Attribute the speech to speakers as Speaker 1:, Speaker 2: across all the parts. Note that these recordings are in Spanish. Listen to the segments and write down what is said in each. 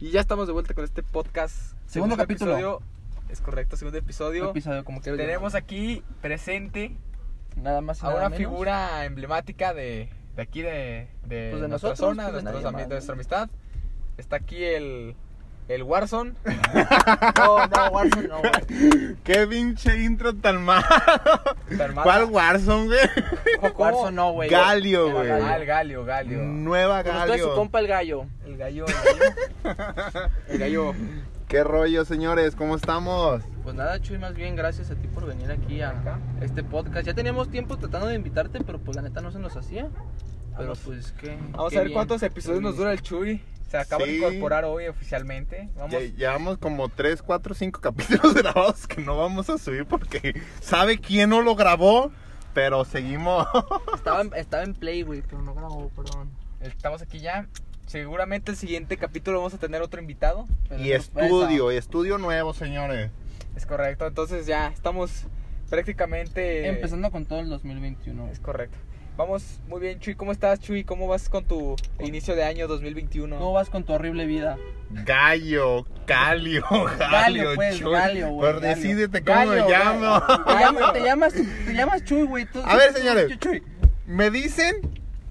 Speaker 1: Y ya estamos de vuelta con este podcast.
Speaker 2: Segundo capítulo.
Speaker 1: episodio. es correcto, segundo episodio.
Speaker 2: episodio como que
Speaker 1: Tenemos aquí presente
Speaker 2: nada más y
Speaker 1: a
Speaker 2: Pues nada
Speaker 1: una
Speaker 2: menos.
Speaker 1: figura emblemática de, de aquí, de, de,
Speaker 2: Pues de
Speaker 1: nuestra
Speaker 2: nosotros,
Speaker 1: zona,
Speaker 2: pues de
Speaker 1: nuestros
Speaker 2: nadie
Speaker 1: ambi-
Speaker 2: más,
Speaker 1: de nuestra
Speaker 2: ¿no?
Speaker 1: amistad. Está aquí el, el Warzone.
Speaker 2: No, no, Warzone, no, güey.
Speaker 3: Qué pinche intro tan mal.
Speaker 1: tu hermana.
Speaker 3: ¿Cuál Warzone, güey?
Speaker 1: ¿Cómo?
Speaker 2: Warzone no, güey.
Speaker 3: Galio, güey.
Speaker 1: Ah, el Galio, Galio.
Speaker 3: Nueva
Speaker 2: Como usted es su
Speaker 3: Galio.
Speaker 2: compa el gallo.
Speaker 1: El gallo, el gallo. El gallo.
Speaker 3: ¿Qué rollo, señores? ¿Cómo estamos?
Speaker 2: Pues nada, Chuy, más bien gracias a ti por venir aquí
Speaker 1: Acá.
Speaker 2: a este podcast. Ya teníamos tiempo tratando de invitarte, pero pues la neta no se nos hacía. Pero
Speaker 1: Vamos-
Speaker 2: pues que.
Speaker 1: Vamos a ver cuántos episodios nos dura el Chuy. Se acaba de
Speaker 3: Sí.
Speaker 1: incorporar hoy oficialmente. Vamos.
Speaker 3: Ya- llevamos como 3, 4, 5 capítulos grabados que no vamos a subir porque sabe quién no lo grabó, pero seguimos.
Speaker 2: Estaba en, estaba en play, güey, pero no grabó, perdón.
Speaker 1: Estamos aquí ya. Seguramente el siguiente capítulo vamos a tener otro invitado.
Speaker 2: Pero
Speaker 3: y
Speaker 2: no-
Speaker 3: estudio, eh. y estudio nuevo, señores.
Speaker 1: Es correcto. Entonces ya estamos prácticamente.
Speaker 2: Empezando con todo el 2021. güey.
Speaker 1: Es correcto. Vamos muy bien, Chuy. ¿Cómo estás, Chuy? ¿Cómo vas con tu inicio de año 2021?
Speaker 2: ¿Cómo vas con tu horrible vida?
Speaker 3: Gallo, Calio, Galio,
Speaker 2: pues,
Speaker 3: Chuy.
Speaker 2: Galio, güey,
Speaker 3: Pero
Speaker 2: Galio.
Speaker 3: decídete cómo
Speaker 1: Galio,
Speaker 3: me llamo.
Speaker 2: Te llamas, te llamas, te llamas Chuy, güey. tú-
Speaker 3: A ver,
Speaker 2: tú-
Speaker 3: señores.
Speaker 2: Chuy, Chuy.
Speaker 3: Me dicen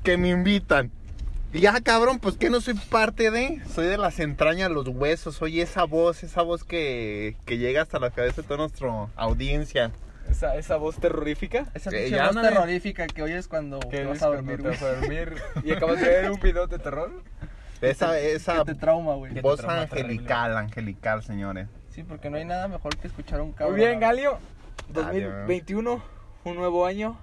Speaker 3: que me invitan. Y ya, cabrón, pues que no soy parte de. Soy de las entrañas, los huesos. Soy esa voz, esa voz que, que llega hasta la cabeza de toda nuestra audiencia.
Speaker 1: Esa, esa voz terrorífica.
Speaker 2: Esa
Speaker 3: Que
Speaker 2: pinche voz
Speaker 3: llámame.
Speaker 2: terrorífica que oyes cuando te
Speaker 1: Que
Speaker 2: vas
Speaker 1: es
Speaker 2: a
Speaker 1: cuando
Speaker 2: dormir,
Speaker 1: te
Speaker 2: güey.
Speaker 1: vas a dormir. Y acabas de ver un video de terror.
Speaker 3: Esa, esa
Speaker 2: Que te trauma, güey.
Speaker 1: te
Speaker 3: voz
Speaker 1: trauma
Speaker 3: angelical, angelical, señores.
Speaker 2: Sí, porque no hay nada mejor que escuchar a un
Speaker 1: Muy
Speaker 2: cabrón.
Speaker 1: bien, Galio.
Speaker 3: Galio.
Speaker 1: 2021, un nuevo año.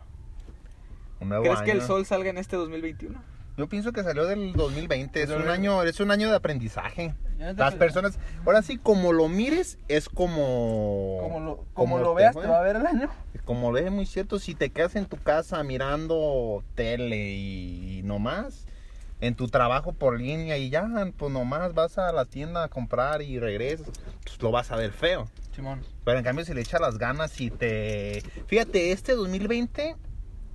Speaker 3: Un nuevo
Speaker 1: ¿Crees que el
Speaker 3: año.
Speaker 1: sol salga en este 2021?
Speaker 3: Yo pienso que salió del 2020. Es
Speaker 1: Pero-
Speaker 3: un año, es un año de aprendizaje.
Speaker 2: Ya no te-
Speaker 3: Las personas. Ahora sí, como lo mires, es como.
Speaker 2: Como lo, como
Speaker 3: como
Speaker 2: lo
Speaker 3: te
Speaker 2: veas,
Speaker 3: fue.
Speaker 2: te va a ver el año.
Speaker 3: Como lo es muy cierto, si te quedas en tu casa mirando tele y, nomás, en tu trabajo por línea y ya, pues nomás vas a la tienda a comprar y regresas, pues lo vas a ver feo.
Speaker 2: Simón.
Speaker 3: Pero en cambio si le echas las ganas y te... Fíjate, este 2020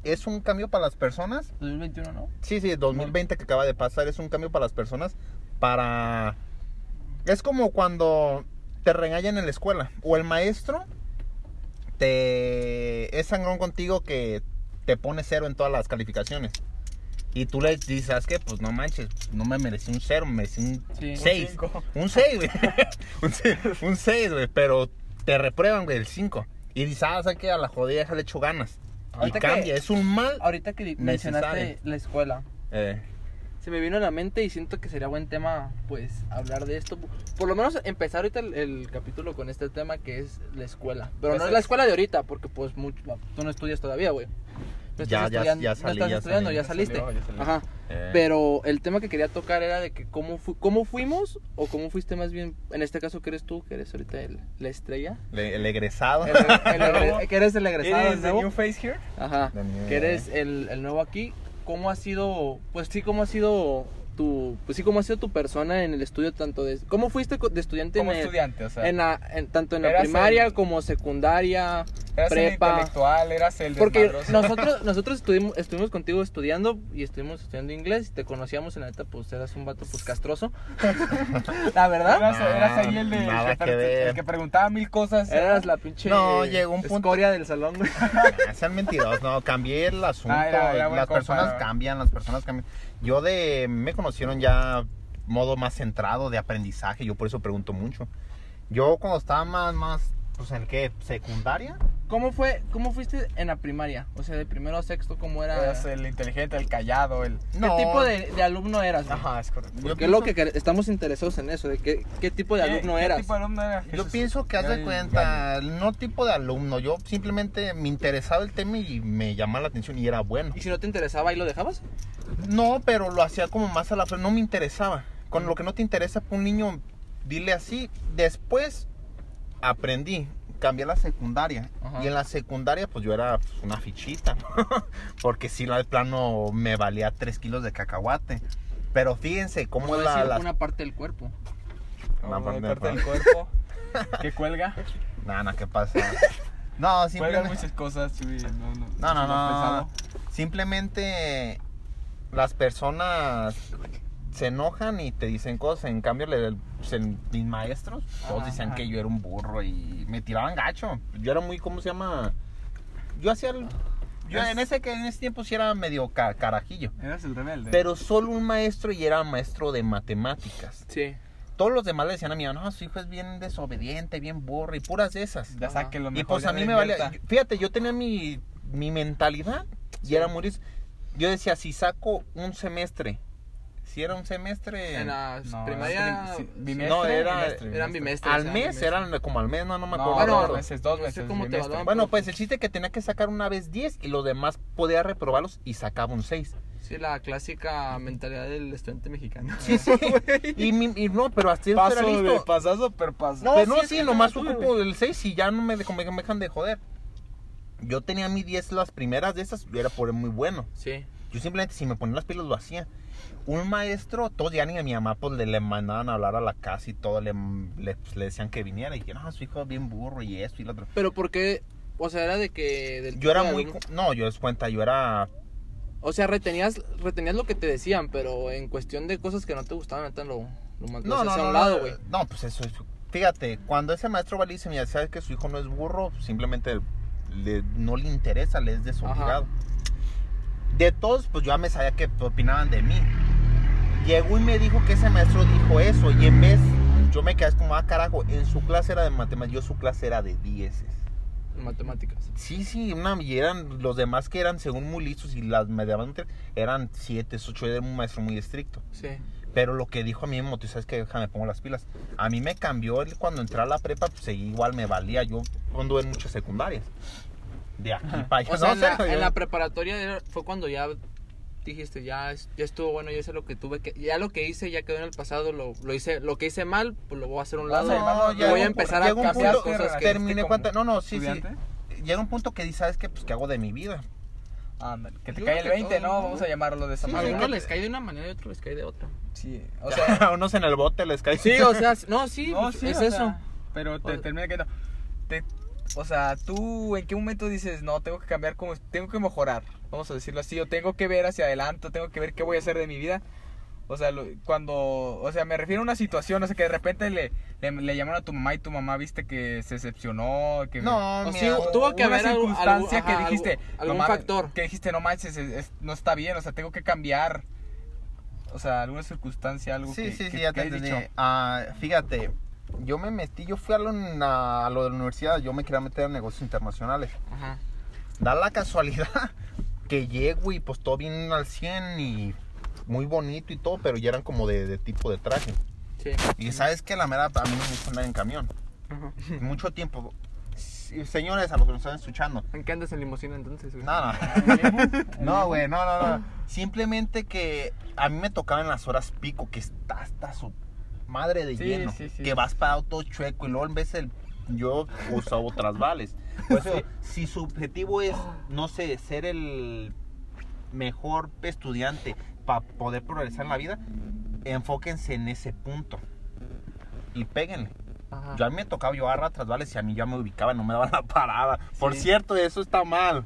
Speaker 3: es un cambio para las personas.
Speaker 2: 2021, ¿no?
Speaker 3: Sí, sí, 2020 que acaba de pasar es un cambio para las personas para... Es como cuando te regañan en la escuela o el maestro te es sangrón contigo que te pone cero en todas las calificaciones. Y tú le dices, ¿sabes qué? Pues no manches, no me merecí un cero, me merecí un
Speaker 2: Sí. Un
Speaker 3: seis.
Speaker 1: cinco.
Speaker 3: Un seis, güey. un se- un seis, güey, pero te reprueban, güey, el cinco. Y dices, ah, ¿sabes qué? A la jodida ya le echo ganas. Y
Speaker 2: Ahorita que- Ah,
Speaker 3: cambia, es un mal...
Speaker 2: Ahorita que di-
Speaker 3: Necesario.
Speaker 2: mencionaste la escuela,
Speaker 3: Eh,
Speaker 2: se me vino a la mente y siento que sería buen tema, pues, hablar de esto. Por lo menos empezar ahorita el, el capítulo con este tema que es la escuela. Pero
Speaker 1: Pues
Speaker 2: no es
Speaker 1: es-
Speaker 2: la escuela de ahorita, porque, pues, mucho- tú no estudias todavía, güey. No
Speaker 3: Ya,
Speaker 2: estás
Speaker 3: ya-
Speaker 2: estudiando,
Speaker 3: ya
Speaker 2: no
Speaker 3: salí,
Speaker 2: estás
Speaker 3: ya
Speaker 2: estudiando,
Speaker 3: salí.
Speaker 2: ya
Speaker 3: Ya
Speaker 1: salió,
Speaker 2: saliste.
Speaker 1: ya salí.
Speaker 2: Ajá.
Speaker 3: eh.
Speaker 2: Pero el tema que quería tocar era de que cómo, fu- cómo fuimos o cómo fuiste más bien, en este caso que eres tú, que eres ahorita el- la estrella,
Speaker 3: Le- el egresado.
Speaker 2: El- el egre- que eres el egresado
Speaker 1: ¿Eres
Speaker 2: el
Speaker 1: the new
Speaker 2: nuevo.
Speaker 1: face here?
Speaker 2: Ajá,
Speaker 3: The new-
Speaker 2: que eres el, el nuevo aquí. ¿Cómo ha sido, pues sí, cómo ha sido tu, pues sí, cómo ha sido tu persona en el estudio tanto de, cómo fuiste co- de estudiante
Speaker 1: Como
Speaker 2: en, el-
Speaker 1: estudiante, o sea.
Speaker 2: en la, en- tanto en la
Speaker 1: Eras
Speaker 2: primaria
Speaker 1: el-
Speaker 2: como secundaria,
Speaker 1: Eras el
Speaker 2: prepa?
Speaker 1: intelectual, eras el
Speaker 2: Porque
Speaker 1: desmadroso.
Speaker 2: nosotros, nosotros estuvimos, estuvimos contigo estudiando y estuvimos estudiando inglés y te conocíamos en la neta, pues eras un vato pues castroso. la
Speaker 3: ¿Ah?
Speaker 2: verdad.
Speaker 1: Eras, eras ahí el, de,
Speaker 3: Nada
Speaker 1: el que,
Speaker 3: que ver.
Speaker 1: el que preguntaba mil cosas.
Speaker 2: Eras la pinche
Speaker 3: No, llegó un punto-
Speaker 2: escoria del salón, güey.
Speaker 3: Ah, Sean mentirosos, no, cambié el asunto.
Speaker 1: Ah, era- era buen
Speaker 3: las
Speaker 1: compa,
Speaker 3: personas
Speaker 1: era.
Speaker 3: cambian, las personas cambian. Yo de me conocieron ya modo más centrado de aprendizaje, yo por eso pregunto mucho. Yo cuando estaba más más pues en qué, secundaria,
Speaker 2: ¿Cómo fue, cómo fuiste en la primaria? O sea, de primero a sexto, ¿cómo era?
Speaker 1: Eras el inteligente, el callado, el...
Speaker 2: ¿Qué
Speaker 3: No.
Speaker 2: tipo de, de alumno eras? güey?
Speaker 1: Ajá, es correcto.
Speaker 3: Yo
Speaker 2: Porque es lo que
Speaker 3: pienso-
Speaker 2: quer- estamos interesados en eso, de qué, qué tipo de
Speaker 1: ¿Qué-
Speaker 2: alumno
Speaker 1: qué
Speaker 2: eras.
Speaker 1: tipo de alumno eras?
Speaker 3: yo pienso que haz de cuenta, no tipo de alumno, yo simplemente me interesaba el tema y me llamaba la atención y era bueno.
Speaker 2: ¿Y si no te interesaba y lo dejabas?
Speaker 3: No, pero lo hacía como más a la frente. No me interesaba. Con lo que no te interesa, pues, un niño, dile así. Después aprendí. Cambié a la secundaria.
Speaker 2: Ajá.
Speaker 3: Y en la secundaria, pues yo era pues, una fichita. Porque si al plano me valía 3 kilos de cacahuate. Pero fíjense cómo
Speaker 2: Como
Speaker 3: es la.
Speaker 2: decir,
Speaker 3: las-
Speaker 2: una parte del cuerpo.
Speaker 3: la
Speaker 1: Una
Speaker 3: parte-
Speaker 1: parte del cuerpo que cuelga.
Speaker 3: Nah, nah, ¿qué pasa? No,
Speaker 1: Cuelgan
Speaker 3: simplemente.
Speaker 1: muchas cosas, Chuy. No, no,
Speaker 3: No, no,
Speaker 1: es más
Speaker 3: no.
Speaker 1: pesado.
Speaker 3: Simplemente las personas se enojan y te dicen cosas. En cambio, le- se- mis maestros, todos
Speaker 2: Ajá,
Speaker 3: decían
Speaker 2: ajá.
Speaker 3: que yo era un burro y me tiraban gacho. Yo era muy, ¿cómo se llama? Yo hacía el- Yo en ese, que- en ese tiempo sí era medio ca- carajillo.
Speaker 4: Eras el rebelde.
Speaker 3: Pero solo un maestro y era maestro de matemáticas.
Speaker 2: Sí.
Speaker 3: Todos los demás le decían a mi mamá, no, su hijo es bien desobediente, bien burro y puras de esas.
Speaker 4: ya
Speaker 2: Ajá.
Speaker 4: sáquenlo
Speaker 3: Y
Speaker 4: mejor.
Speaker 3: pues
Speaker 4: ya
Speaker 3: a mí
Speaker 4: no
Speaker 3: me
Speaker 4: le
Speaker 3: vale.
Speaker 4: invierta.
Speaker 3: Fíjate, yo tenía mi, mi mentalidad y era muy. Yo decía, si saco un semestre, si era un semestre.
Speaker 2: En
Speaker 4: No,
Speaker 2: la
Speaker 1: este
Speaker 2: primaria.
Speaker 4: era prim- sí,
Speaker 2: bimestre,
Speaker 3: no, era-
Speaker 2: eran bimestres.
Speaker 3: al
Speaker 2: eran
Speaker 3: mes,
Speaker 2: bimestres.
Speaker 3: eran como al mes, no, no me
Speaker 4: No,
Speaker 3: acuerdo.
Speaker 2: bueno,
Speaker 4: dos
Speaker 3: Pero-
Speaker 4: meses, dos
Speaker 2: no sé
Speaker 4: meses.
Speaker 2: cómo te
Speaker 4: bimestre.
Speaker 2: evaluaban.
Speaker 3: bueno, pues el chiste que tenía que sacar una vez 10 y los demás podía reprobarlos y sacaba un 6.
Speaker 2: Sí, la clásica mentalidad del estudiante mexicano.
Speaker 3: Sí, sí. y, mi- y no, pero hasta eso era
Speaker 4: Paso, güey,
Speaker 3: listo.
Speaker 4: pasazo, pero paso.
Speaker 3: No, pero
Speaker 2: sí,
Speaker 3: no,
Speaker 2: es
Speaker 3: sí,
Speaker 2: que
Speaker 3: nomás
Speaker 2: no, tú,
Speaker 3: ocupo el 6 y ya no me, dejó- me dejan de joder. Yo tenía mi 10 las primeras de esas, yo era por muy bueno.
Speaker 2: Sí.
Speaker 3: Yo simplemente, si me ponía las pilas, lo hacía. Un maestro, todos ya ni a mi mamá, pues le, le mandaban a hablar a la casa y todo, le, le, pues, le decían que viniera. Y que no, su hijo es bien burro y esto y lo otro.
Speaker 2: Pero porque. O sea, era de que. del
Speaker 3: Yo era
Speaker 2: tipo de
Speaker 3: muy.
Speaker 2: alumno-
Speaker 3: cu- No, yo les cuenta, yo era.
Speaker 2: O sea, retenías, retenías lo que te decían, pero en cuestión de cosas que no te gustaban, ahorita lo, lo
Speaker 3: No,
Speaker 2: mantenías
Speaker 3: no,
Speaker 2: hacia
Speaker 3: no,
Speaker 2: un
Speaker 3: no,
Speaker 2: lado, güey.
Speaker 3: no, pues eso es. Fíjate, cuando ese maestro va y le dice, mira, sabes que su hijo no es burro, simplemente le- no le interesa, le es desobligado. De todos, pues yo ya me sabía que opinaban de mí. Llegó y me dijo que ese maestro dijo eso, y en vez, yo me quedé como, ah, carajo, en su clase era de matemáticas, yo su clase era de dieces.
Speaker 2: En matemáticas.
Speaker 3: Sí, sí, una, y eran los demás que eran según muy listos y las me daban tre- eran siete, ocho, era un maestro muy estricto.
Speaker 2: Sí.
Speaker 3: Pero lo que dijo a mí me motivó, sabes que déjame pongo las pilas. A mí me cambió el- cuando entré a la prepa, pues seguí igual me valía. Yo anduve en muchas secundarias. De aquí para allá.
Speaker 2: O sea,
Speaker 3: No,
Speaker 2: en, la,
Speaker 3: serio,
Speaker 2: en
Speaker 3: yo-
Speaker 2: la preparatoria era- fue cuando ya dijiste, ya, es- ya estuvo bueno, ya sé lo que tuve que. Ya lo que hice ya quedó en el pasado, lo, lo hice lo que hice mal, pues lo voy a hacer a un
Speaker 3: No,
Speaker 2: lado.
Speaker 3: no,
Speaker 2: y
Speaker 3: ya
Speaker 2: voy
Speaker 3: llega
Speaker 2: a
Speaker 3: un punto-
Speaker 2: empezar a
Speaker 3: llega un
Speaker 2: cambiar
Speaker 3: punto-
Speaker 2: cosas que.
Speaker 3: Terminé
Speaker 4: como
Speaker 3: cuenta. No, no, sí, sí.
Speaker 4: ¿Estudiante?
Speaker 3: Llega un punto que dices, ¿sabes qué? Pues, ¿qué hago de mi vida?
Speaker 4: Ándale, que te
Speaker 2: Yo
Speaker 4: cae
Speaker 2: creo
Speaker 4: el
Speaker 2: que
Speaker 4: 20, ¿no?
Speaker 2: todo,
Speaker 4: Vamos
Speaker 2: ¿no?
Speaker 4: a llamarlo de esa
Speaker 2: A
Speaker 4: manera.
Speaker 2: algunos les cae de una manera y a otros les cae de otra.
Speaker 4: Sí, o sea,
Speaker 3: a unos en el bote les cae.
Speaker 2: Sí, o sea, no, sí,
Speaker 4: no,
Speaker 2: pues,
Speaker 4: sí,
Speaker 2: es
Speaker 4: o
Speaker 2: eso.
Speaker 4: sea, pero
Speaker 2: O
Speaker 4: te
Speaker 2: sea-
Speaker 4: termina cayendo. Te- o sea, tú en qué momento dices, no, tengo que cambiar, como, tengo que mejorar, vamos a decirlo así, o tengo que ver hacia adelante, o tengo que ver qué voy a hacer de mi vida. O sea, lo- cuando, o sea, me refiero a una situación, o sea, que de repente le, le, le llaman a tu mamá y tu mamá viste que se decepcionó, que...
Speaker 3: No,
Speaker 2: O
Speaker 3: mira,
Speaker 2: sí, tuvo que
Speaker 4: una
Speaker 2: haber algo-
Speaker 4: circunstancia
Speaker 2: algo- ajá,
Speaker 4: que dijiste,
Speaker 2: algo- algún
Speaker 4: "No mames",
Speaker 2: factor.
Speaker 4: Que dijiste, no manches, es- es- no está bien, o sea, tengo que cambiar. O sea, alguna circunstancia, algo
Speaker 3: Sí,
Speaker 4: que,
Speaker 3: sí,
Speaker 4: que-
Speaker 3: sí, ya
Speaker 4: que
Speaker 3: te
Speaker 4: hayas
Speaker 3: entendí.
Speaker 4: dicho.
Speaker 3: Ah, fíjate, yo me metí, yo fui a lo, a lo de la universidad, yo me quería meter a negocios internacionales.
Speaker 2: Ajá.
Speaker 3: Da la casualidad que llego y pues todo bien al 100 y muy bonito y todo, pero ya eran como de, de tipo de traje.
Speaker 2: Sí.
Speaker 3: Y sabes que la mera, a mí no me gusta andar en camión.
Speaker 2: Ajá.
Speaker 3: Mucho tiempo. Sí, Señores, a los que nos están escuchando.
Speaker 2: ¿En qué andas en limusina entonces? güey?
Speaker 3: No, no. No, güey, no, no, no. Simplemente que a mí me tocaba en las horas pico, que está hasta su madre de
Speaker 4: Sí,
Speaker 3: lleno.
Speaker 4: sí, sí.
Speaker 3: Que vas parado todo chueco y luego en vez del. Yo usaba otras vales. Por
Speaker 4: Pues
Speaker 3: eso, si su objetivo es, no sé, ser el mejor estudiante para poder progresar en la vida, enfóquense en ese punto. Y péguenle.
Speaker 2: Ajá.
Speaker 3: Yo a mí me tocaba yo agarrar tras vales y a mí ya me ubicaba, no me daban la parada. Por
Speaker 2: Sí.
Speaker 3: cierto, eso está mal.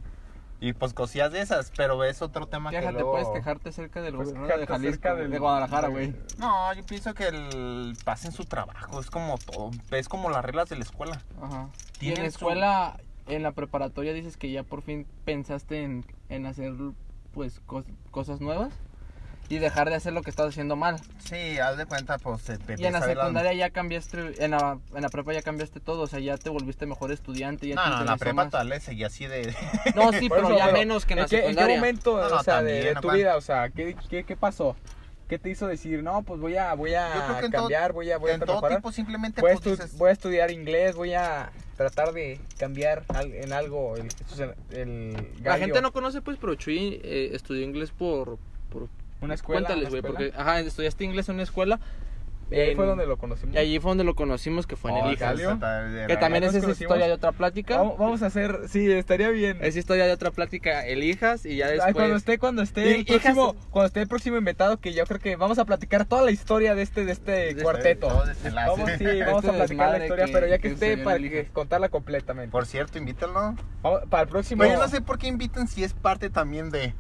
Speaker 3: Y pues cosillas de esas, pero es otro tema que
Speaker 2: Quéjate,
Speaker 3: luego-
Speaker 2: puedes quejarte cerca del
Speaker 4: Puedes
Speaker 2: gobierno de
Speaker 4: quejarte cerca
Speaker 2: Jalisco,
Speaker 4: del-
Speaker 2: de Guadalajara, güey.
Speaker 3: No, yo pienso que el pasen su trabajo, es como todo, es como las reglas de la escuela.
Speaker 2: Ajá. Y en
Speaker 3: Tienen
Speaker 2: la
Speaker 3: su-
Speaker 2: escuela, en la preparatoria, dices que ya por fin pensaste en, en hacer pues cos- cosas nuevas y dejar de hacer lo que estás haciendo mal.
Speaker 3: Sí, haz de cuenta, pues te, te
Speaker 2: Y en la
Speaker 3: empieza a ver las-
Speaker 2: secundaria ya cambiaste, en la, en la prepa ya cambiaste todo, o sea, ya te volviste mejor estudiante. Ya
Speaker 3: No,
Speaker 2: te
Speaker 3: no, en la
Speaker 2: interesó
Speaker 3: prepa
Speaker 2: más.
Speaker 3: tal vez seguía así de...
Speaker 2: No, sí,
Speaker 4: Por
Speaker 2: pero
Speaker 4: eso,
Speaker 2: ya menos que en la
Speaker 1: qué- ¿En qué
Speaker 2: secundaria.
Speaker 1: momento,
Speaker 3: No, no,
Speaker 1: o sea, de- de,
Speaker 3: también,
Speaker 1: tu
Speaker 3: aparte.
Speaker 1: vida, o sea, ¿qué, qué, qué pasó? ¿Qué te hizo decir, no, pues voy a, voy
Speaker 3: Yo creo
Speaker 1: a
Speaker 3: que en todo-
Speaker 1: cambiar, voy a, voy a
Speaker 3: en todo
Speaker 1: mejorar?
Speaker 3: tipo simplemente
Speaker 1: Voy a,
Speaker 3: pues,
Speaker 1: estu-
Speaker 3: dices,
Speaker 1: voy a estudiar inglés, voy a tratar de cambiar al- en algo el, el
Speaker 2: La
Speaker 1: gallo.
Speaker 2: gente no conoce, pues, pero Chuy eh, estudió inglés por... por
Speaker 1: Una escuela.
Speaker 2: cuéntales,
Speaker 1: una
Speaker 2: güey, porque...
Speaker 1: escuela.
Speaker 2: Ajá, estudiaste inglés en una escuela.
Speaker 1: Y ahí
Speaker 2: en-
Speaker 1: fue donde lo conocimos.
Speaker 2: Y allí fue donde lo conocimos, que fue en
Speaker 3: "Oh,
Speaker 2: el
Speaker 1: Hijas,
Speaker 3: esa- esa- de
Speaker 2: Que
Speaker 3: la-
Speaker 2: también
Speaker 1: nos
Speaker 2: esa es
Speaker 1: conocimos.
Speaker 2: historia de otra plática.
Speaker 1: Vamos, vamos a hacer, sí, estaría bien.
Speaker 2: Es historia de otra plática, elijas y ya
Speaker 1: Ay,
Speaker 2: después.
Speaker 1: cuando esté, cuando esté,
Speaker 2: Y-
Speaker 1: el
Speaker 2: hijas-
Speaker 1: próximo, cuando esté el próximo invitado, que yo creo que vamos a platicar toda la historia de este, de este
Speaker 2: este-
Speaker 1: cuarteto.
Speaker 3: todo desenlace.
Speaker 1: Vamos, sí, vamos
Speaker 2: Este
Speaker 1: a platicar la
Speaker 2: desmadre
Speaker 1: historia,
Speaker 2: que-
Speaker 1: pero ya que,
Speaker 2: que
Speaker 1: esté,
Speaker 2: sucedió
Speaker 1: para
Speaker 2: en el
Speaker 1: que
Speaker 2: Hijas.
Speaker 1: contarla completamente.
Speaker 3: Por cierto, invítalo.
Speaker 1: Vamos- para el próximo.
Speaker 3: Pero yo no sé por qué invitan si es parte también de...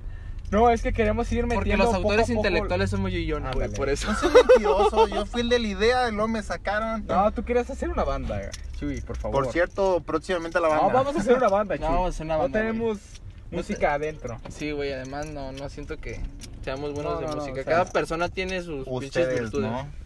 Speaker 1: No, es que queremos ir metiendo
Speaker 2: Porque los
Speaker 1: poco
Speaker 2: autores
Speaker 1: a poco-
Speaker 2: intelectuales somos yo y yo, güey.
Speaker 1: Ándale.
Speaker 2: Por eso.
Speaker 3: No soy mentiroso, yo fui el de la idea y luego me sacaron.
Speaker 1: No, tú querías hacer una banda, eh, Chuy, por favor.
Speaker 3: Por cierto, próximamente la banda.
Speaker 1: No, vamos a hacer una banda,
Speaker 2: No,
Speaker 1: Chuy.
Speaker 2: vamos a hacer una banda,
Speaker 1: No tenemos música adentro.
Speaker 2: Sí, güey, además no, no siento que seamos buenos
Speaker 1: No,
Speaker 2: de
Speaker 1: no, no,
Speaker 2: música.
Speaker 1: o sea,
Speaker 2: Cada persona tiene sus pinches
Speaker 3: Ustedes,
Speaker 2: virtudes.
Speaker 3: ¿no?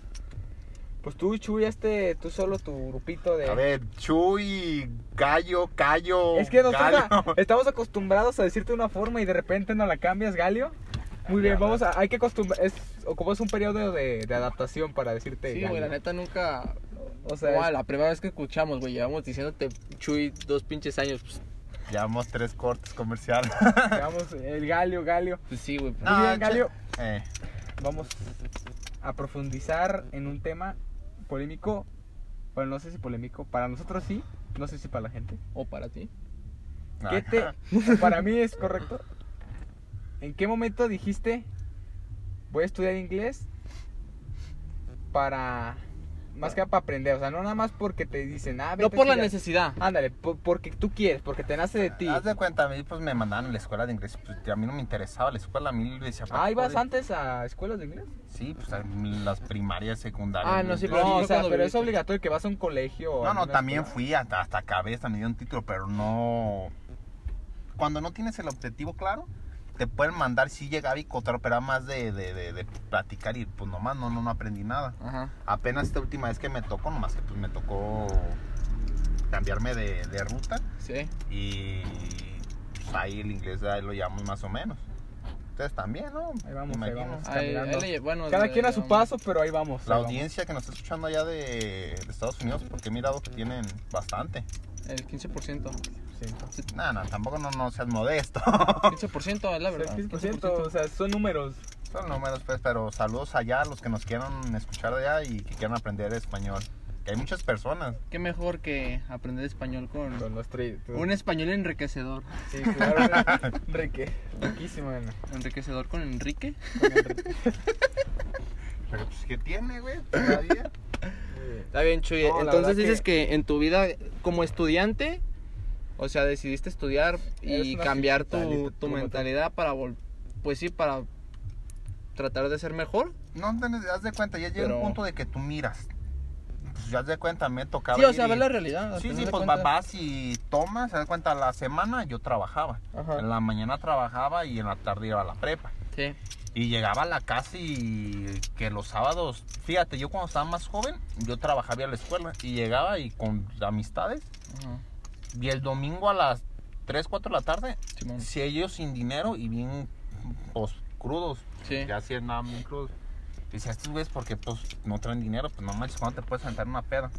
Speaker 1: Pues tú, Chuy, este, tú solo tu grupito de.
Speaker 3: A ver, Chuy, Gallo,
Speaker 2: oh,
Speaker 3: Callo.
Speaker 1: es que nosotros
Speaker 3: Gallo.
Speaker 1: a- estamos acostumbrados a decirte una forma y de repente nos la cambias, Galio. Muy bien, vamos a. Hay que acostumbrar. Es, o como es un periodo de, de adaptación para decirte.
Speaker 2: Sí,
Speaker 1: Galio.
Speaker 2: güey, la neta nunca.
Speaker 1: O sea,
Speaker 2: Guau,
Speaker 1: es-
Speaker 2: la primera vez que escuchamos, güey, llevamos diciéndote Chuy dos pinches años. Pues,
Speaker 3: Llevamos tres cortes comerciales.
Speaker 1: digamos, el Galio, Galio.
Speaker 2: pues sí, güey.
Speaker 1: Muy bien,
Speaker 3: che-
Speaker 1: Galio.
Speaker 3: Eh,
Speaker 1: Vamos a profundizar en un tema polémico. Bueno, no sé si polémico. Para nosotros sí. No sé si para la gente.
Speaker 2: O para ti.
Speaker 1: ¿Qué
Speaker 3: ajá.
Speaker 1: te- para mí es correcto. ¿En qué momento dijiste voy a estudiar inglés para más que para aprender? O sea, no nada más porque te dicen, ah, vete
Speaker 2: No
Speaker 1: a
Speaker 2: por la
Speaker 1: estudiar".
Speaker 2: necesidad.
Speaker 1: Ándale, po- porque tú quieres, porque te nace de ti.
Speaker 3: Haz de cuenta, a mí pues me mandaron a la escuela de inglés. Pues, a mí no me interesaba la escuela, a mí decía.
Speaker 1: Ah, ibas
Speaker 3: joder.
Speaker 1: antes a escuelas de inglés.
Speaker 3: Sí, pues a mí las primarias, secundarias.
Speaker 2: Ah, no, sí,
Speaker 3: Entonces,
Speaker 2: pero-
Speaker 1: No,
Speaker 2: sí,
Speaker 1: o sea,
Speaker 2: cuando
Speaker 1: pero es
Speaker 2: viviste.
Speaker 1: obligatorio que vas a un colegio. o
Speaker 3: No, no,
Speaker 1: alguna
Speaker 3: también
Speaker 1: escuela.
Speaker 3: fui hasta, hasta acabé, hasta me dio un título, pero no. Cuando no tienes el objetivo claro, te pueden mandar, sí llegaba y cotar, pero era más de, de, de, de platicar y pues nomás no, no, no aprendí nada.
Speaker 2: Ajá.
Speaker 3: Apenas esta última vez que me tocó, nomás que pues me tocó cambiarme de, de ruta
Speaker 2: Sí.
Speaker 3: y pues, ahí el inglés ahí lo llevamos más o menos. Ustedes también, ¿no?
Speaker 1: Ahí vamos, ahí
Speaker 3: Imagino.
Speaker 1: vamos.
Speaker 2: Ahí-
Speaker 1: Caminando.
Speaker 2: ahí le- bueno,
Speaker 1: Cada
Speaker 2: le-
Speaker 1: quien a su
Speaker 2: no,
Speaker 1: paso, pero ahí vamos.
Speaker 3: La
Speaker 1: ahí vamos.
Speaker 3: audiencia que nos está escuchando allá de, de Estados Unidos, porque he mirado que tienen bastante.
Speaker 2: El 15%.
Speaker 1: Sí.
Speaker 3: No, no, tampoco no, no seas modesto.
Speaker 2: 15% es la
Speaker 1: O sea,
Speaker 2: verdad.
Speaker 1: 15%, o sea, son números.
Speaker 3: Son números, pues, pero saludos allá a los que nos quieran escuchar de allá y que quieran aprender español. Que hay muchas personas.
Speaker 2: Qué mejor que aprender español con
Speaker 1: Con los tres.
Speaker 2: un español enriquecedor.
Speaker 1: Sí, claro. Enrique. Riquísimo, bueno.
Speaker 2: Enriquecedor con Enrique.
Speaker 3: Pero, pues, ¿qué tiene, güey? Todavía.
Speaker 2: Está bien, Chuy.
Speaker 1: No, la
Speaker 2: Entonces
Speaker 1: verdad
Speaker 2: dices que... en tu vida como estudiante, o sea, decidiste estudiar
Speaker 1: Eres
Speaker 2: y
Speaker 1: una
Speaker 2: cambiar tu,
Speaker 1: mentalidad,
Speaker 2: tu
Speaker 1: tu
Speaker 2: mentalidad para vol- pues sí, para tratar de ser mejor.
Speaker 3: No, te das de cuenta, ya llega
Speaker 2: Pero-
Speaker 3: un punto de que tú miras. Pues, ya haz de cuenta, me tocaba
Speaker 2: sí, o
Speaker 3: ir
Speaker 2: sea,
Speaker 3: y-
Speaker 2: ver la realidad. al
Speaker 3: Sí,
Speaker 2: final
Speaker 3: sí,
Speaker 2: de
Speaker 3: pues
Speaker 2: cuentas.
Speaker 3: vas y tomas, se da cuenta, la semana yo trabajaba.
Speaker 1: Ajá.
Speaker 3: En la mañana trabajaba y en la tarde iba a la prepa.
Speaker 2: Sí.
Speaker 3: Y llegaba a la casa y que los sábados, fíjate, yo cuando estaba más joven, yo trabajaba en la escuela y llegaba y con amistades.
Speaker 2: Ajá.
Speaker 3: Y el domingo a las 3, 4 de la tarde,
Speaker 2: Simón.
Speaker 3: si ellos sin dinero y bien pues, crudos,
Speaker 2: Sí.
Speaker 3: ya si andaban bien crudos. Dice, estos güeyes porque pues no traen dinero, pues no manches, ¿cuándo te puedes sentar en una peda?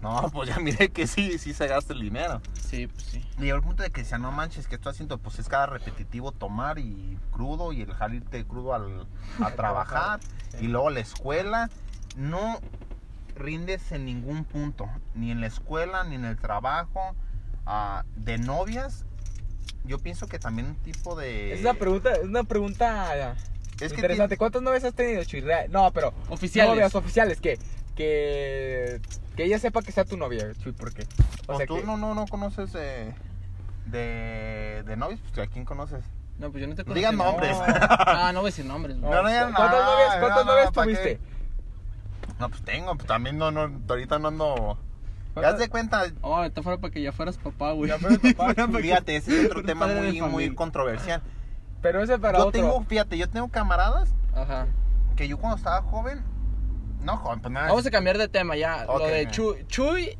Speaker 3: No, pues ya miré que sí, sí se gasta el dinero.
Speaker 2: Sí, pues sí.
Speaker 3: Y llegó el punto de que decía, no manches, que estoy haciendo, pues es cada repetitivo tomar y crudo y el jalirte crudo al, a trabajar y luego la escuela. No rindes en ningún punto, ni en la escuela, ni en el trabajo. Ah, de novias, yo pienso que también un tipo de...
Speaker 1: Es una pregunta, es una pregunta
Speaker 3: es que
Speaker 1: interesante. ¿Cuántas novias has tenido, Chuy? Real- No, pero
Speaker 2: Oficiales.
Speaker 1: novias oficiales que que que ella sepa que sea tu novia, Chuy, porque
Speaker 3: pues, tú
Speaker 1: que-
Speaker 3: no, no, no conoces de, de, de novias, pues ¿a quién conoces?
Speaker 2: No, pues yo no te conozco.
Speaker 3: Digan nombres.
Speaker 2: Ah, no voy a decir nombres. güey.
Speaker 3: No, no, ya
Speaker 1: ¿Cuántas
Speaker 3: no,
Speaker 1: novias, cuántas
Speaker 3: no, no,
Speaker 1: novias
Speaker 3: ¿pa' qué?
Speaker 1: tuviste?
Speaker 3: No, pues tengo, pues también no, no, ahorita no ando... ¿Te
Speaker 1: ¿Cuántas-
Speaker 3: das de cuenta?
Speaker 2: Oh, esto fuera para que ya fueras papá, güey.
Speaker 1: Ya fueras papá.
Speaker 2: Fuera para que-
Speaker 3: Fíjate, ese es otro
Speaker 2: Un
Speaker 3: tema
Speaker 2: padre de
Speaker 3: muy, muy
Speaker 2: familia.
Speaker 3: controversial.
Speaker 1: Pero ese es para
Speaker 3: Yo
Speaker 1: otro.
Speaker 3: tengo, fíjate, yo tengo camaradas
Speaker 2: Ajá.
Speaker 3: que yo cuando estaba joven, no joven, pues nada.
Speaker 2: Vamos a cambiar de tema ya.
Speaker 3: Ok.
Speaker 2: Lo de Chuy, Chuy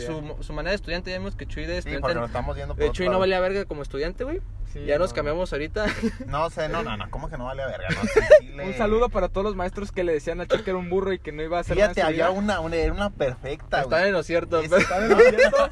Speaker 1: Sí,
Speaker 2: su, su manera de estudiante. Ya vimos que Chuy de
Speaker 3: Sí,
Speaker 2: estudiante.
Speaker 3: porque lo estamos viendo por
Speaker 2: de
Speaker 3: otro
Speaker 2: Chuy no
Speaker 3: lado.
Speaker 2: valía verga como estudiante, güey.
Speaker 1: Sí,
Speaker 2: ya nos
Speaker 1: no.
Speaker 2: cambiamos ahorita.
Speaker 3: No sé, no, no, no, ¿cómo que no vale a verga? No, sí, sí le-
Speaker 1: Un saludo para todos los maestros que le decían a Chuy que era un burro y que no iba a hacer
Speaker 3: Fíjate,
Speaker 1: nada en su
Speaker 3: había
Speaker 1: vida.
Speaker 3: una, una, era una perfecta,
Speaker 2: Están
Speaker 3: güey.
Speaker 2: en lo cierto.
Speaker 3: Eso
Speaker 2: pero-
Speaker 1: ¿Saben lo cierto?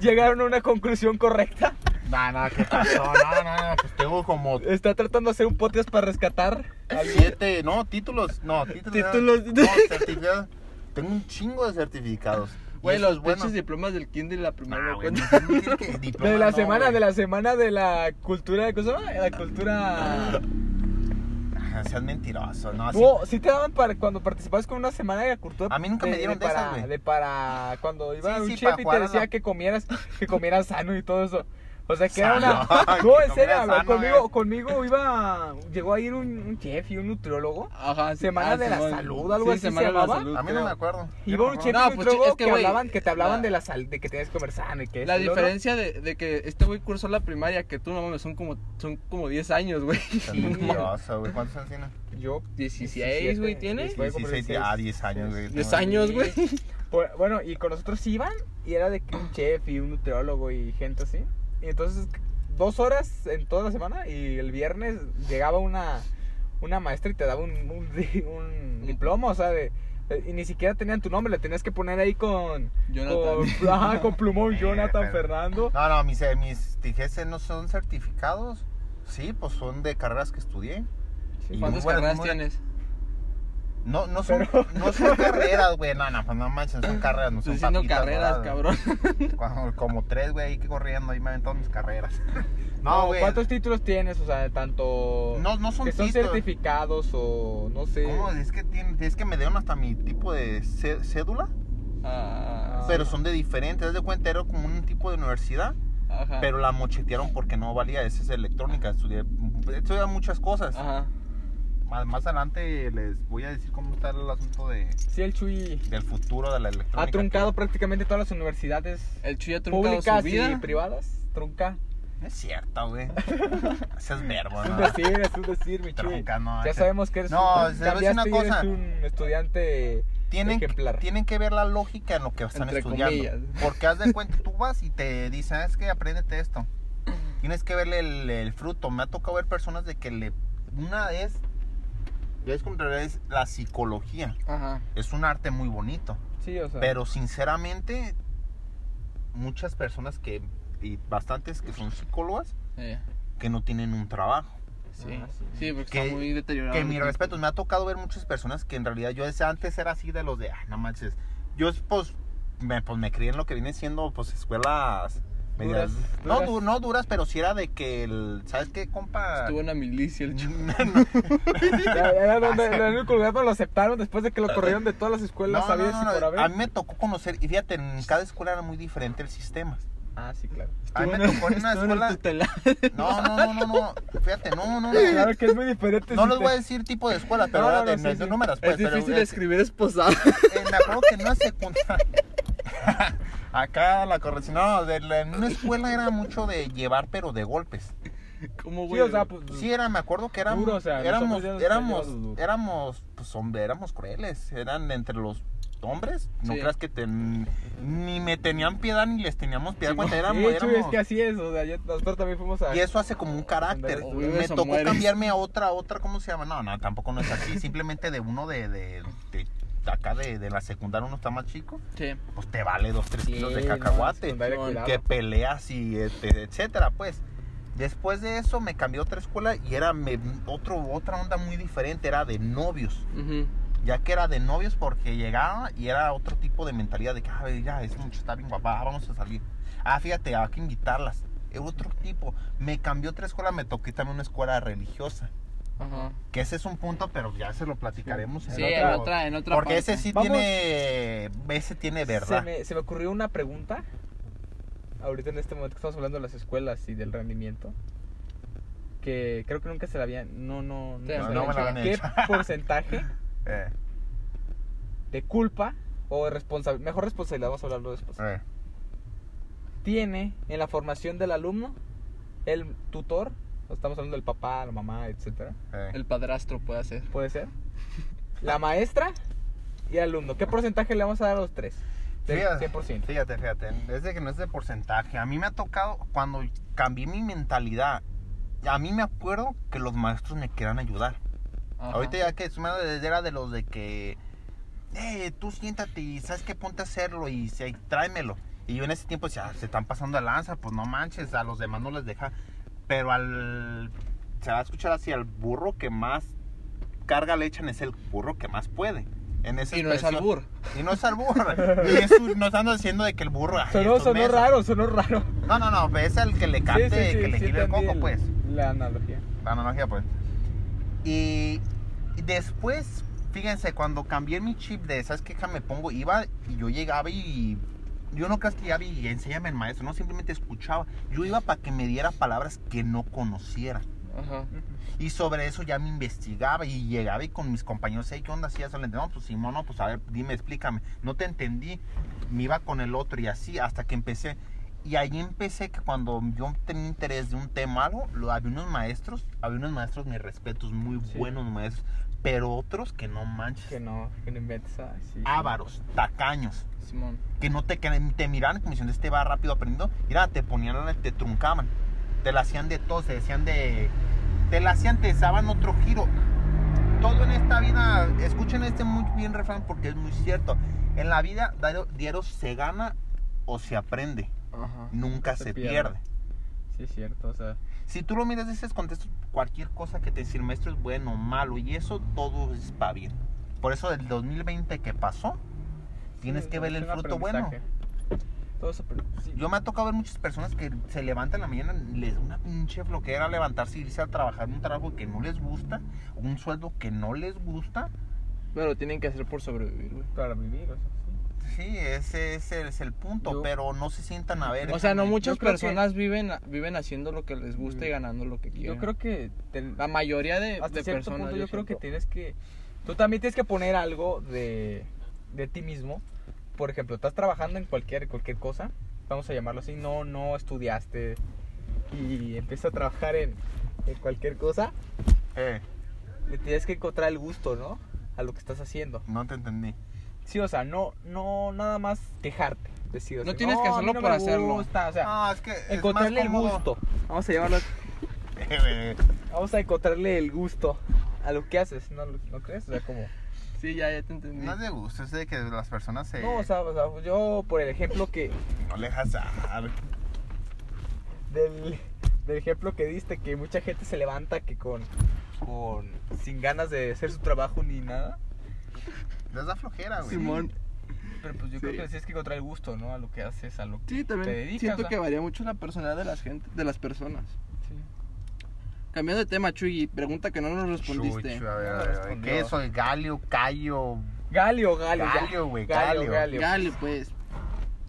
Speaker 1: Llegaron a una conclusión correcta.
Speaker 3: No, no, ¿qué pasó? No, no, no, pues tengo como
Speaker 1: Está tratando de hacer un podcast para rescatar.
Speaker 3: siete, no, títulos, no, títulos.
Speaker 2: Títulos.
Speaker 3: No, certificados. Tengo un chingo de certificados. Y
Speaker 2: Güey,
Speaker 3: eso es
Speaker 2: los
Speaker 3: bueno. Ah,
Speaker 2: pinches diplomas del kinder y la primera
Speaker 3: Nah,
Speaker 2: no
Speaker 3: güey,
Speaker 2: cuenta.
Speaker 3: no tiene que- diploma
Speaker 1: De la
Speaker 3: no,
Speaker 1: semana,
Speaker 3: güey.
Speaker 1: de la semana de la cultura, ¿cómo se llama? La cultura...
Speaker 3: Ah, Seas mentiroso, no, así-
Speaker 1: No, sí te daban para cuando participabas con una semana de la cultura.
Speaker 3: A mí nunca me dieron de
Speaker 1: para,
Speaker 3: esas, güey.
Speaker 1: de para cuando iba
Speaker 3: Sí,
Speaker 1: a un
Speaker 3: sí,
Speaker 1: chef
Speaker 3: para
Speaker 1: y
Speaker 3: jugar
Speaker 1: te
Speaker 3: a la-
Speaker 1: decía que comieras, que comieras sano y todo eso. O sea, que era una. No,
Speaker 3: Salón, que
Speaker 1: en serio,
Speaker 3: comiera
Speaker 1: a ver,
Speaker 3: sano,
Speaker 1: conmigo,
Speaker 3: güey.
Speaker 1: conmigo iba. Llegó a ir un, un chef y un nutriólogo.
Speaker 2: Ajá, sí.
Speaker 1: Semana
Speaker 2: Ah,
Speaker 1: de la
Speaker 2: Simón.
Speaker 1: salud, algo
Speaker 2: Sí,
Speaker 1: así se
Speaker 2: Semana de la
Speaker 1: llamaba.
Speaker 2: salud,
Speaker 3: A mí no
Speaker 2: creo.
Speaker 3: me acuerdo.
Speaker 1: Iba un chef
Speaker 2: No,
Speaker 1: y un
Speaker 2: pues, es
Speaker 1: nutriólogo
Speaker 2: que,
Speaker 1: que,
Speaker 2: güey,
Speaker 1: hablaban, que te hablaban
Speaker 2: la-
Speaker 1: de la sal, de que tenías que comer sano y que
Speaker 2: La
Speaker 1: esto y lo otro.
Speaker 2: diferencia de, de que este güey cursó la primaria que tú no mames son como son como 10 años, güey.
Speaker 3: Mentiroso, güey. ¿Cuántos años tiene?
Speaker 1: Yo,
Speaker 2: 16, güey, ¿tiene?
Speaker 1: Voy a comprar
Speaker 3: 16,
Speaker 1: seis.
Speaker 3: ah, 10 años, güey.
Speaker 2: 10 años, güey.
Speaker 1: por- bueno, y con nosotros iban y era de que un chef y un nutriólogo y gente así. Y entonces, dos horas en toda la semana y el viernes llegaba una, una maestra y te daba un, un, di- un diploma, o sea, de... de- Y ni siquiera tenían tu nombre, le tenías que poner ahí con... Con,
Speaker 2: Jonathan.
Speaker 1: ajá, con plumón Jonathan
Speaker 3: Eh,
Speaker 1: Fernando.
Speaker 3: No, no, mis, eh, mis TGS no son certificados. Sí, pues son de carreras que estudié.
Speaker 1: Sí.
Speaker 3: Y muy
Speaker 2: ¿Cuántas
Speaker 3: buenas,
Speaker 2: carreras
Speaker 3: muy buenas.
Speaker 2: tienes?
Speaker 3: No, no son, no son carreras, güey. No, no, pues no manches, son carreras, no
Speaker 2: Estoy
Speaker 3: son
Speaker 2: diciendo
Speaker 3: papitas
Speaker 2: carreras,
Speaker 3: doradas.
Speaker 2: cabrón.
Speaker 3: Como, como tres, güey, ahí que corriendo, ahí me aventaron mis carreras.
Speaker 1: No,
Speaker 3: No, güey.
Speaker 1: ¿Cuántos títulos tienes? O sea, tanto...
Speaker 3: No, no son
Speaker 1: que son
Speaker 3: títulos.
Speaker 1: certificados o no sé.
Speaker 3: ¿Cómo? Es que, tiene, es que me dieron hasta mi tipo de cé- cédula,
Speaker 2: Ah,
Speaker 3: pero son de diferentes. Haz de cuenta, era como un tipo de universidad,
Speaker 2: ajá.
Speaker 3: pero la mochetearon porque no valía. Esa es electrónica, estudié, estudié muchas cosas.
Speaker 2: Ajá.
Speaker 3: Más, más adelante les voy a decir cómo está el asunto de,
Speaker 1: Sí, el Chuy
Speaker 3: del futuro de la electrónica.
Speaker 1: ha Ah, truncado prácticamente todas las universidades
Speaker 2: El Chuy ha truncado su
Speaker 1: públicas y
Speaker 2: vida.
Speaker 1: privadas. Trunca.
Speaker 3: No es cierto, güey. Ese es verbo,
Speaker 1: Es un
Speaker 3: ¿no?
Speaker 1: decir, es un decir, mi Chuy.
Speaker 3: Tronca, no.
Speaker 1: Ya
Speaker 3: ese-
Speaker 1: sabemos que eres,
Speaker 3: No,
Speaker 1: un,
Speaker 3: se le voy a decir
Speaker 1: cambiaste
Speaker 3: una
Speaker 1: y eres
Speaker 3: cosa.
Speaker 1: un estudiante.
Speaker 3: tienen, que-
Speaker 1: ejemplar.
Speaker 3: tienen que ver la lógica en lo que están
Speaker 2: Entre
Speaker 3: estudiando.
Speaker 2: comillas.
Speaker 3: Porque haz de cuenta, tú vas y te dicen, es que apréndete esto. Tienes que verle el, el fruto. Me ha tocado ver personas de que le. Una es. Ya es contraria, es la psicología.
Speaker 2: Ajá.
Speaker 3: Es un arte muy bonito.
Speaker 1: Sí, o sea.
Speaker 3: Pero sinceramente, muchas personas que. Y bastantes que son psicólogas,
Speaker 2: eh,
Speaker 3: que no tienen un trabajo.
Speaker 2: Sí.
Speaker 1: Ah, sí.
Speaker 2: Sí, porque
Speaker 3: Que-
Speaker 2: está muy deteriorado.
Speaker 3: Que
Speaker 2: el
Speaker 3: mi
Speaker 2: tiempo.
Speaker 3: respeto, me ha tocado ver muchas personas que en realidad yo ese- antes era así de los de, ah, no manches. Yo, pues, me, pues, me crié en lo que viene siendo, pues, escuelas. medias-
Speaker 1: Duras,
Speaker 3: no,
Speaker 1: duras.
Speaker 3: du- no duras, pero sí era de que el, ¿sabes qué, compa?
Speaker 2: Estuvo en la milicia el Chuy.
Speaker 1: Era-
Speaker 3: Ah,
Speaker 1: era donde- era el único lugar donde lo aceptaron después de que lo corrieron de todas las escuelas
Speaker 3: No, no,
Speaker 1: sabidas
Speaker 3: no,
Speaker 1: y
Speaker 3: no,
Speaker 1: por haber.
Speaker 3: a mí me tocó conocer, y fíjate, en cada escuela era muy diferente el sistema.
Speaker 1: Ah, sí, claro.
Speaker 3: A mí me
Speaker 2: Estuvo
Speaker 3: tocó en una
Speaker 2: estuvo el
Speaker 3: escuela. Pues,
Speaker 2: tutelar.
Speaker 3: No, no, no, no, no, fíjate, no, no, no.
Speaker 1: Claro que es muy diferente.
Speaker 3: No
Speaker 1: si
Speaker 3: les
Speaker 1: te-
Speaker 3: voy a decir tipo de escuela, pero
Speaker 1: No,
Speaker 3: era
Speaker 1: no,
Speaker 3: de
Speaker 1: no,
Speaker 3: me-
Speaker 1: sí, sí.
Speaker 3: números. pues,
Speaker 2: Es
Speaker 3: pero
Speaker 2: difícil escribir esposado.
Speaker 3: Eh, me acuerdo que en una secundaria. Acá la corrección. No, de la- en una escuela era mucho de llevar, pero de golpes.
Speaker 2: ¿Cómo,
Speaker 1: Sí,
Speaker 2: güey?
Speaker 1: o sea, pues.
Speaker 3: Sí, era, me acuerdo que éramos.
Speaker 1: Duro, o sea,
Speaker 3: éramos,
Speaker 1: nosotros ya- ya
Speaker 3: éramos,
Speaker 1: llevamos duro.
Speaker 3: éramos, pues hombre, éramos crueles. Eran entre los hombres. No
Speaker 2: Sí.
Speaker 3: creas que te- ni me tenían piedad ni les teníamos piedad. cuando
Speaker 1: Sí,
Speaker 3: éramos,
Speaker 1: Chuy, es
Speaker 3: éramos-
Speaker 1: que así es. O sea, ya- nosotros también fuimos a.
Speaker 3: Y eso hace como un carácter.
Speaker 2: O
Speaker 3: me
Speaker 2: vives o
Speaker 3: tocó
Speaker 2: mueres.
Speaker 3: cambiarme a otra, a otra, ¿cómo se llama? No, no, tampoco no es así. Simplemente de uno de, de, de- de acá de, de la secundaria, uno está más chico.
Speaker 2: Sí.
Speaker 3: pues te vale dos, tres
Speaker 1: Sí,
Speaker 3: kilos de
Speaker 1: no,
Speaker 3: cacahuate.
Speaker 1: secundaria,
Speaker 2: que
Speaker 1: cuidado.
Speaker 3: que peleas y este, etcétera, pues. Después de eso me cambié a otra escuela y era me- otro, otra onda muy diferente, era de novios.
Speaker 2: Ujú.
Speaker 3: Ya que era de novios porque llegaba y era otro tipo de mentalidad de que, ah, ya, es mucho, está bien guapa, ah, vamos a salir. Ah, fíjate, hay que invitarlas. Es otro tipo. Me cambió a otra escuela, me toqué también una escuela religiosa.
Speaker 2: Ajá.
Speaker 3: Que ese es un punto, pero ya se lo platicaremos en
Speaker 2: Sí,
Speaker 3: otro-
Speaker 2: en otra, en otra
Speaker 3: Porque
Speaker 2: parte.
Speaker 3: ese sí
Speaker 1: Vamos.
Speaker 3: tiene, ese tiene
Speaker 1: se
Speaker 3: verdad.
Speaker 1: me, se me ocurrió una pregunta. Ahorita en este momento que estamos hablando de las escuelas y del rendimiento. Que creo que nunca se la habían. No, no, nunca
Speaker 2: Sí,
Speaker 1: se la
Speaker 2: no
Speaker 1: habían
Speaker 2: me la
Speaker 1: hecho.
Speaker 3: habían
Speaker 1: ¿Qué
Speaker 3: hecho.
Speaker 1: porcentaje
Speaker 3: Eh,
Speaker 1: de culpa o de responsabilidad? Mejor responsabilidad, vamos a hablarlo después.
Speaker 3: eh.
Speaker 1: Tiene en la formación del alumno el tutor. Estamos hablando del papá, la mamá, etcétera.
Speaker 3: Eh.
Speaker 2: El padrastro puede hacer.
Speaker 1: Puede ser. La maestra y el alumno. ¿Qué porcentaje le vamos a dar a los tres? Del
Speaker 3: Fíjate,
Speaker 1: 100%.
Speaker 3: Fíjate, fíjate, es de que no es de porcentaje. A mí me ha tocado, cuando cambié mi mentalidad, a mí me acuerdo que los maestros me querían ayudar.
Speaker 2: Ajá.
Speaker 3: Ahorita ya que su madre era de los de que, eh, tú siéntate y sabes que ponte a hacerlo y, se- y tráemelo. Y yo en ese tiempo decía, "Ah, se están pasando a lanza, pues no manches, a los demás no les deja. Pero al, se va a escuchar así, al burro que más carga le echan es el burro que más puede. En esa
Speaker 2: Y no es
Speaker 3: expresión.
Speaker 2: albur.
Speaker 3: Y no es al burro. Y es un- nos andan diciendo de que el burro. ay,
Speaker 1: Sonó,
Speaker 3: estos
Speaker 1: sonó
Speaker 3: mensos.
Speaker 1: raro, sonó raro.
Speaker 3: No, no, no, es el que le cante, que le
Speaker 1: sí
Speaker 3: gire el
Speaker 1: entendí
Speaker 3: coco,
Speaker 1: el-
Speaker 3: pues.
Speaker 1: La analogía.
Speaker 3: La analogía, pues. Y y después, fíjense, cuando cambié mi chip de, ¿sabes qué? hija? Me pongo, iba y yo llegaba y yo no creas que ya vi, enséñame el maestro, no, simplemente escuchaba. Yo iba para que me diera palabras que no conociera.
Speaker 2: Ajá.
Speaker 3: Y sobre eso ya me investigaba y llegaba y con mis compañeros, hey, ¿qué onda? ¿Sí ya se lo entendemos? Pues Simón, no, pues a ver, dime, explícame. No te entendí. Me iba con el otro y así hasta que empecé. Y ahí empecé que cuando yo tenía interés de un tema algo, lo, había unos maestros, había unos maestros, mis respetos, muy
Speaker 2: Sí.
Speaker 3: buenos maestros, pero otros que no manches.
Speaker 1: Que no, que no inventes. ay, sí.
Speaker 3: Ávaros, tacaños,
Speaker 2: Simón.
Speaker 3: que no te, que te miraban como diciendo, este va rápido aprendiendo. Mira, te ponían, te truncaban, te la hacían de todo, te decían de. Te la hacían, te daban otro giro. Todo en esta vida, escuchen este muy bien refrán porque es muy cierto. En la vida, diario, diario se gana o se aprende,
Speaker 1: Ajá.
Speaker 3: nunca se,
Speaker 1: Se pierde.
Speaker 3: pierde.
Speaker 1: Sí, es cierto. O sea,
Speaker 3: Si tú lo miras desde ese contexto, cualquier cosa que te decir maestro es bueno o malo, y eso todo es para bien. Por eso del 2020 que pasó, tienes
Speaker 1: sí,
Speaker 3: que ver
Speaker 1: es
Speaker 3: el
Speaker 1: un
Speaker 3: fruto bueno.
Speaker 1: aprendizaje. Todo eso, pero sí.
Speaker 3: Yo me ha tocado ver muchas personas que se levantan en la mañana, les da una pinche floquera levantarse y irse a trabajar en un trabajo que no les gusta, un sueldo que no les gusta.
Speaker 2: Pero lo tienen que hacer por sobrevivir, güey.
Speaker 1: Para vivir, o sea, sí.
Speaker 3: Sí, ese, ese es el punto,
Speaker 1: Yo-
Speaker 3: pero no se sientan a ver.
Speaker 2: O sea, no
Speaker 3: déjame-
Speaker 2: muchas
Speaker 1: yo creo que-
Speaker 2: personas viven, viven haciendo lo que les gusta y
Speaker 1: Mm.
Speaker 2: ganando lo que quieren.
Speaker 1: Yo creo que te-
Speaker 2: la mayoría de,
Speaker 1: hasta
Speaker 2: de
Speaker 1: cierto
Speaker 2: personas.
Speaker 1: punto yo, creo que
Speaker 2: siento.
Speaker 1: tienes que tú también tienes que poner algo de, de ti mismo por ejemplo estás trabajando en cualquier cualquier cosa vamos a llamarlo así no no estudiaste y empiezas a trabajar en, en cualquier cosa
Speaker 3: Eh,
Speaker 1: le tienes que encontrar el gusto no a lo que estás haciendo
Speaker 3: no te entendí.
Speaker 1: sí o sea no no nada más quejarte decir
Speaker 2: No
Speaker 1: así,
Speaker 2: tienes que
Speaker 1: a mí
Speaker 2: hacerlo
Speaker 1: no
Speaker 2: por
Speaker 1: me
Speaker 2: hacerlo".
Speaker 1: gusta", o sea
Speaker 3: Ah, es que. es más
Speaker 1: encontrarle el
Speaker 3: cómodo. Eh,
Speaker 1: gusto vamos a llamarlo vamos a encontrarle el gusto a lo que haces no no crees o sea como
Speaker 2: Sí, ya, ya te entendí.
Speaker 3: no es de gusto, es de que las personas se.
Speaker 1: No, o sea, o sea, yo por el ejemplo que
Speaker 3: No le dejas a-
Speaker 1: del, del ejemplo que diste que mucha gente se levanta que con con sin ganas de hacer su trabajo ni nada,
Speaker 3: Les da flojera, güey.
Speaker 2: Simón.
Speaker 1: pero pues yo
Speaker 2: Sí.
Speaker 1: creo que le tienes que encontrar el gusto, ¿no? A lo que haces, a lo que
Speaker 2: Sí, también
Speaker 1: te dedicas.
Speaker 2: siento
Speaker 1: ¿no?
Speaker 2: que varía mucho la personalidad de las gente, de las personas.
Speaker 1: Sí.
Speaker 2: Cambiando de tema, Chuy, pregunta que no nos respondiste.
Speaker 3: Chucho, a ver,
Speaker 1: No
Speaker 3: a ver, a ver,
Speaker 1: respondió.
Speaker 3: ¿Qué soy? Galio, Cayo.
Speaker 1: Galio, Galio. ya.
Speaker 3: Galio, güey.
Speaker 1: Galio,
Speaker 3: Galio.
Speaker 1: Galio.
Speaker 2: Dale, pues.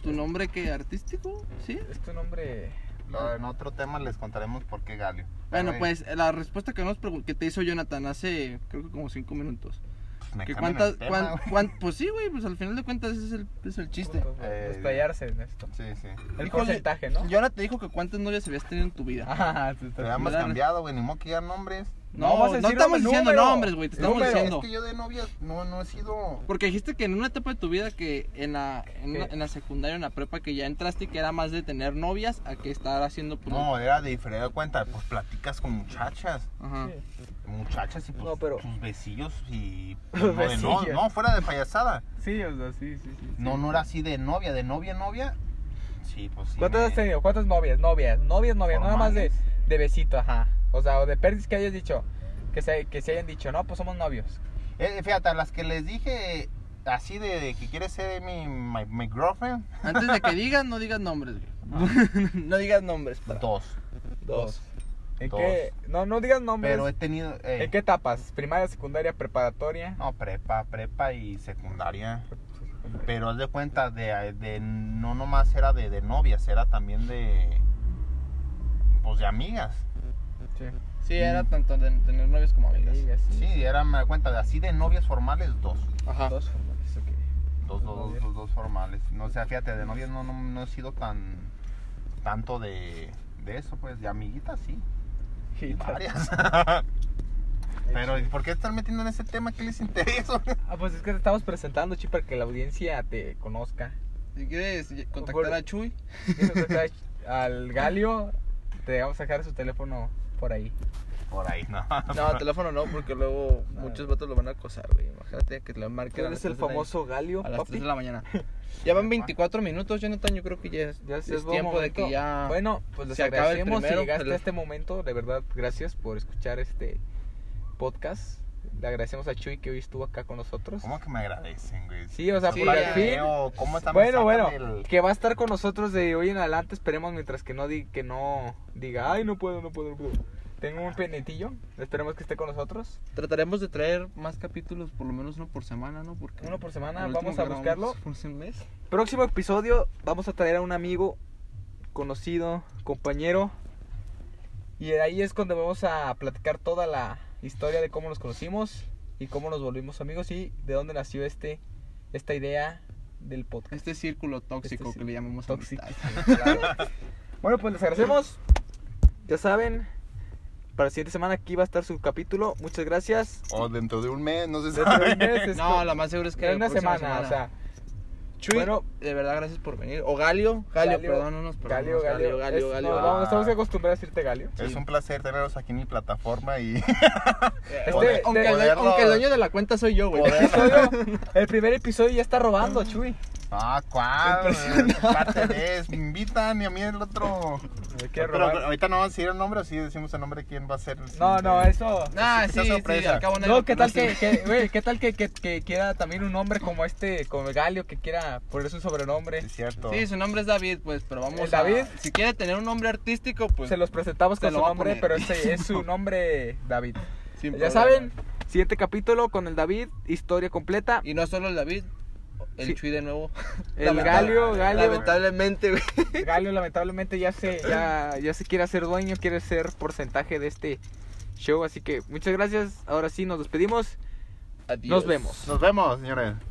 Speaker 2: ¿Tu nombre qué? ¿Artístico? ¿Sí?
Speaker 1: Es tu nombre.
Speaker 3: No, en otro tema les contaremos por qué Galio.
Speaker 2: Bueno,
Speaker 3: Pero, güey,
Speaker 2: pues la respuesta que nos pregun- que te hizo Jonathan hace creo que como cinco minutos.
Speaker 3: pues, me
Speaker 2: Que
Speaker 3: cambian
Speaker 2: cuántas,
Speaker 3: el tema,
Speaker 2: cuán-
Speaker 3: güey.
Speaker 2: cuán- pues sí, güey, pues al final de cuentas ese es el, es el chiste.
Speaker 1: punto,
Speaker 3: Eh,
Speaker 1: Desplayarse en esto.
Speaker 3: Sí, sí.
Speaker 1: El
Speaker 2: Híjole,
Speaker 1: porcentaje, ¿no?
Speaker 2: Yo ahora te dijo que cuántas novias habías tenido en tu vida.
Speaker 1: Ah, tú estás-
Speaker 3: Pero ya hemos
Speaker 2: Claro.
Speaker 3: cambiado, güey. Ni modo que ya nombres.
Speaker 1: no
Speaker 2: No,
Speaker 1: vas a
Speaker 2: no,
Speaker 1: decir nombre,
Speaker 2: estamos diciendo
Speaker 1: número.
Speaker 2: nombres, güey, te estamos
Speaker 1: Número.
Speaker 2: diciendo.
Speaker 3: Es que yo de novias no, no he sido.
Speaker 2: Porque dijiste que en una etapa de tu vida que en la, en, la-
Speaker 1: ¿Qué?
Speaker 2: en la secundaria, en la prepa, que ya entraste, que era más de tener novias a que estar haciendo... pues,
Speaker 3: No, era de diferente cuenta. Pues platicas con muchachas.
Speaker 2: Ajá.
Speaker 1: Sí.
Speaker 3: Muchachas y pues
Speaker 1: No, pero-
Speaker 3: tus besillos y. pues,
Speaker 1: Tus
Speaker 3: no, de
Speaker 1: besillos.
Speaker 3: no, no, fuera de payasada.
Speaker 1: Sí, o sea, sí, sí, sí. sí.
Speaker 3: No, no era así de novia, de novia, novia. Sí, pues sí.
Speaker 1: ¿Cuántas
Speaker 3: me-
Speaker 1: has tenido? ¿Cuántas novias? Novias, novias, novias, nada más de, de besito, ajá. O sea, o de perdis que hayas dicho, que se, que se hayan dicho, no, pues somos novios.
Speaker 3: Eh, fíjate, a las que les dije así de, de que quieres ser mi, my- my girlfriend,
Speaker 2: Antes de que digas, no digas nombres, güey. Ah. no digas nombres. para-
Speaker 3: dos.
Speaker 1: Dos. ¿En
Speaker 3: Dos.
Speaker 1: qué? No, no digas nombres.
Speaker 3: Pero he tenido. eh,
Speaker 1: ¿En qué etapas? ¿Primaria, secundaria, preparatoria?
Speaker 3: No, prepa, prepa y secundaria. Pero haz de cuenta, de, de- no nomás era de, de novias, era también de. Pues de amigas.
Speaker 1: Sí.
Speaker 2: Sí, era tanto de tener novias como amigas.
Speaker 1: Amigas,
Speaker 3: Sí, era, me da cuenta, de así de novias formales, dos.
Speaker 2: Ajá.
Speaker 1: Dos formales, ok.
Speaker 3: Dos, dos, dos, dos, dos formales. No sé, fíjate, de novias no, no, no he sido tan. tanto de. de eso, pues, de amiguitas, sí.
Speaker 1: Y tal.
Speaker 3: Varias. Pero, ¿y ¿por qué están metiendo en ese tema? ¿Qué les interesa?
Speaker 1: Ah, pues es que te estamos presentando, Chi, para que la audiencia te conozca.
Speaker 2: Si quieres eh, contactar
Speaker 1: Por-
Speaker 2: a Chuy,
Speaker 1: Si quieres contactar al Galio, te vamos a dejar su teléfono por ahí.
Speaker 3: Por ahí, no.
Speaker 2: no, teléfono no, porque luego
Speaker 1: No.
Speaker 2: muchos vatos lo van a acosar, güey. Imagínate que le marquen a las
Speaker 1: Ah. ¿Eres el
Speaker 2: tres de la-
Speaker 1: famoso Galio,
Speaker 2: a las 3
Speaker 1: papi?
Speaker 2: de la mañana. Ya van 24 minutos, Jonathan. Yo creo que ya es,
Speaker 1: Ya es,
Speaker 2: es
Speaker 1: buen
Speaker 2: tiempo de
Speaker 1: momento.
Speaker 2: que ya.
Speaker 1: Bueno, pues les
Speaker 2: se acabe el
Speaker 1: agradecemos si
Speaker 2: primero,
Speaker 1: llegaste
Speaker 2: pero-
Speaker 1: a este momento. De verdad, gracias por escuchar este podcast. Le agradecemos a Chuy que hoy estuvo acá con nosotros.
Speaker 3: ¿Cómo que me agradecen, güey?
Speaker 1: Sí, o sea,
Speaker 2: Sí,
Speaker 1: por al
Speaker 2: ya.
Speaker 1: fin.
Speaker 3: Veo ¿Cómo están
Speaker 1: Bueno,
Speaker 3: me
Speaker 1: bueno,
Speaker 3: sacan del-
Speaker 1: que va a estar con nosotros de hoy en adelante. Esperemos mientras que no, di- que no diga, ay, no puedo, no puedo, no puedo. Tengo un pendetillo. Esperemos que esté con nosotros.
Speaker 2: Trataremos de traer más capítulos, por lo menos uno por semana, ¿no? Porque
Speaker 1: Uno por semana,
Speaker 2: al último
Speaker 1: vamos a
Speaker 2: grabamos
Speaker 1: buscarlo.
Speaker 2: por un mes.
Speaker 1: Próximo episodio vamos a traer a un amigo, conocido, compañero. Y de ahí es cuando vamos a platicar toda la historia de cómo nos conocimos y cómo nos volvimos amigos y de dónde nació este esta idea del podcast.
Speaker 2: Este círculo tóxico
Speaker 1: Este sí-
Speaker 2: que le llamamos
Speaker 1: tóxico.
Speaker 2: amistad.
Speaker 1: Bueno, pues les agradecemos. Ya saben, para la siguiente semana aquí va a estar su capítulo. Muchas gracias.
Speaker 3: O dentro de un mes, no sé si.
Speaker 1: Dentro de un mes, es
Speaker 2: No,
Speaker 1: como-
Speaker 2: la más segura es que
Speaker 1: en
Speaker 2: la
Speaker 1: una
Speaker 2: próxima
Speaker 1: semana, o sea.
Speaker 2: Chuy,
Speaker 1: bueno.
Speaker 2: de verdad, gracias por venir. O Galio, Galio,
Speaker 1: Galio,
Speaker 2: perdón, no nos
Speaker 1: Galio,
Speaker 2: perdonamos,
Speaker 1: Galio,
Speaker 2: Galio,
Speaker 1: es-
Speaker 2: Galio.
Speaker 1: Nos
Speaker 3: Ah.
Speaker 1: vamos, estamos acostumbrados a decirte Galio.
Speaker 3: Es un placer tenerlos aquí en mi plataforma y
Speaker 1: Este-
Speaker 2: Eh, Aunque, el,
Speaker 3: Poderlo-
Speaker 2: aunque el dueño de la cuenta soy yo, güey.
Speaker 3: poder.
Speaker 1: episodio- el primer episodio ya está robando, Chuy.
Speaker 3: Ah, ¿cuál? Parte de es, me invitan y a mí el otro.
Speaker 1: Me quiere
Speaker 3: Pero
Speaker 1: robar.
Speaker 3: ahorita no vamos a decir el nombre, o sí decimos el nombre, quién va a ser. el
Speaker 1: No,
Speaker 3: siguiente?
Speaker 1: no, eso.
Speaker 2: Ah,
Speaker 3: Es
Speaker 2: sí,
Speaker 3: una
Speaker 2: sí,
Speaker 3: sorpresa.
Speaker 2: al cabo nadie
Speaker 1: No,
Speaker 2: lo
Speaker 1: ¿qué tal que,
Speaker 2: conoce.
Speaker 1: que- güey, qué tal que, que, que quiera también un nombre como este, como Galio, que quiera ponerse un sobrenombre?
Speaker 3: Es cierto.
Speaker 2: Sí, su nombre es David, pues, pero vamos
Speaker 1: ¿El
Speaker 2: a-
Speaker 1: David?
Speaker 2: Si quiere tener un nombre artístico, pues...
Speaker 1: Se los presentamos
Speaker 2: Se
Speaker 1: con
Speaker 2: lo
Speaker 1: su
Speaker 2: va a
Speaker 1: nombre,
Speaker 2: poner.
Speaker 1: pero este es su nombre, David.
Speaker 2: sin
Speaker 1: Ya
Speaker 2: problema.
Speaker 1: saben, siguiente capítulo con el David, historia completa.
Speaker 2: Y no solo el David, el
Speaker 1: Sí.
Speaker 2: Chuy de nuevo.
Speaker 1: El Galio, Galio,
Speaker 2: Lamentablemente, güey.
Speaker 1: Galio lamentablemente ya se, ya, ya se quiere hacer dueño, quiere ser porcentaje de este show. Así que muchas gracias. Ahora sí, nos despedimos. Nos
Speaker 2: Adiós.
Speaker 1: vemos.
Speaker 3: Nos vemos, señores.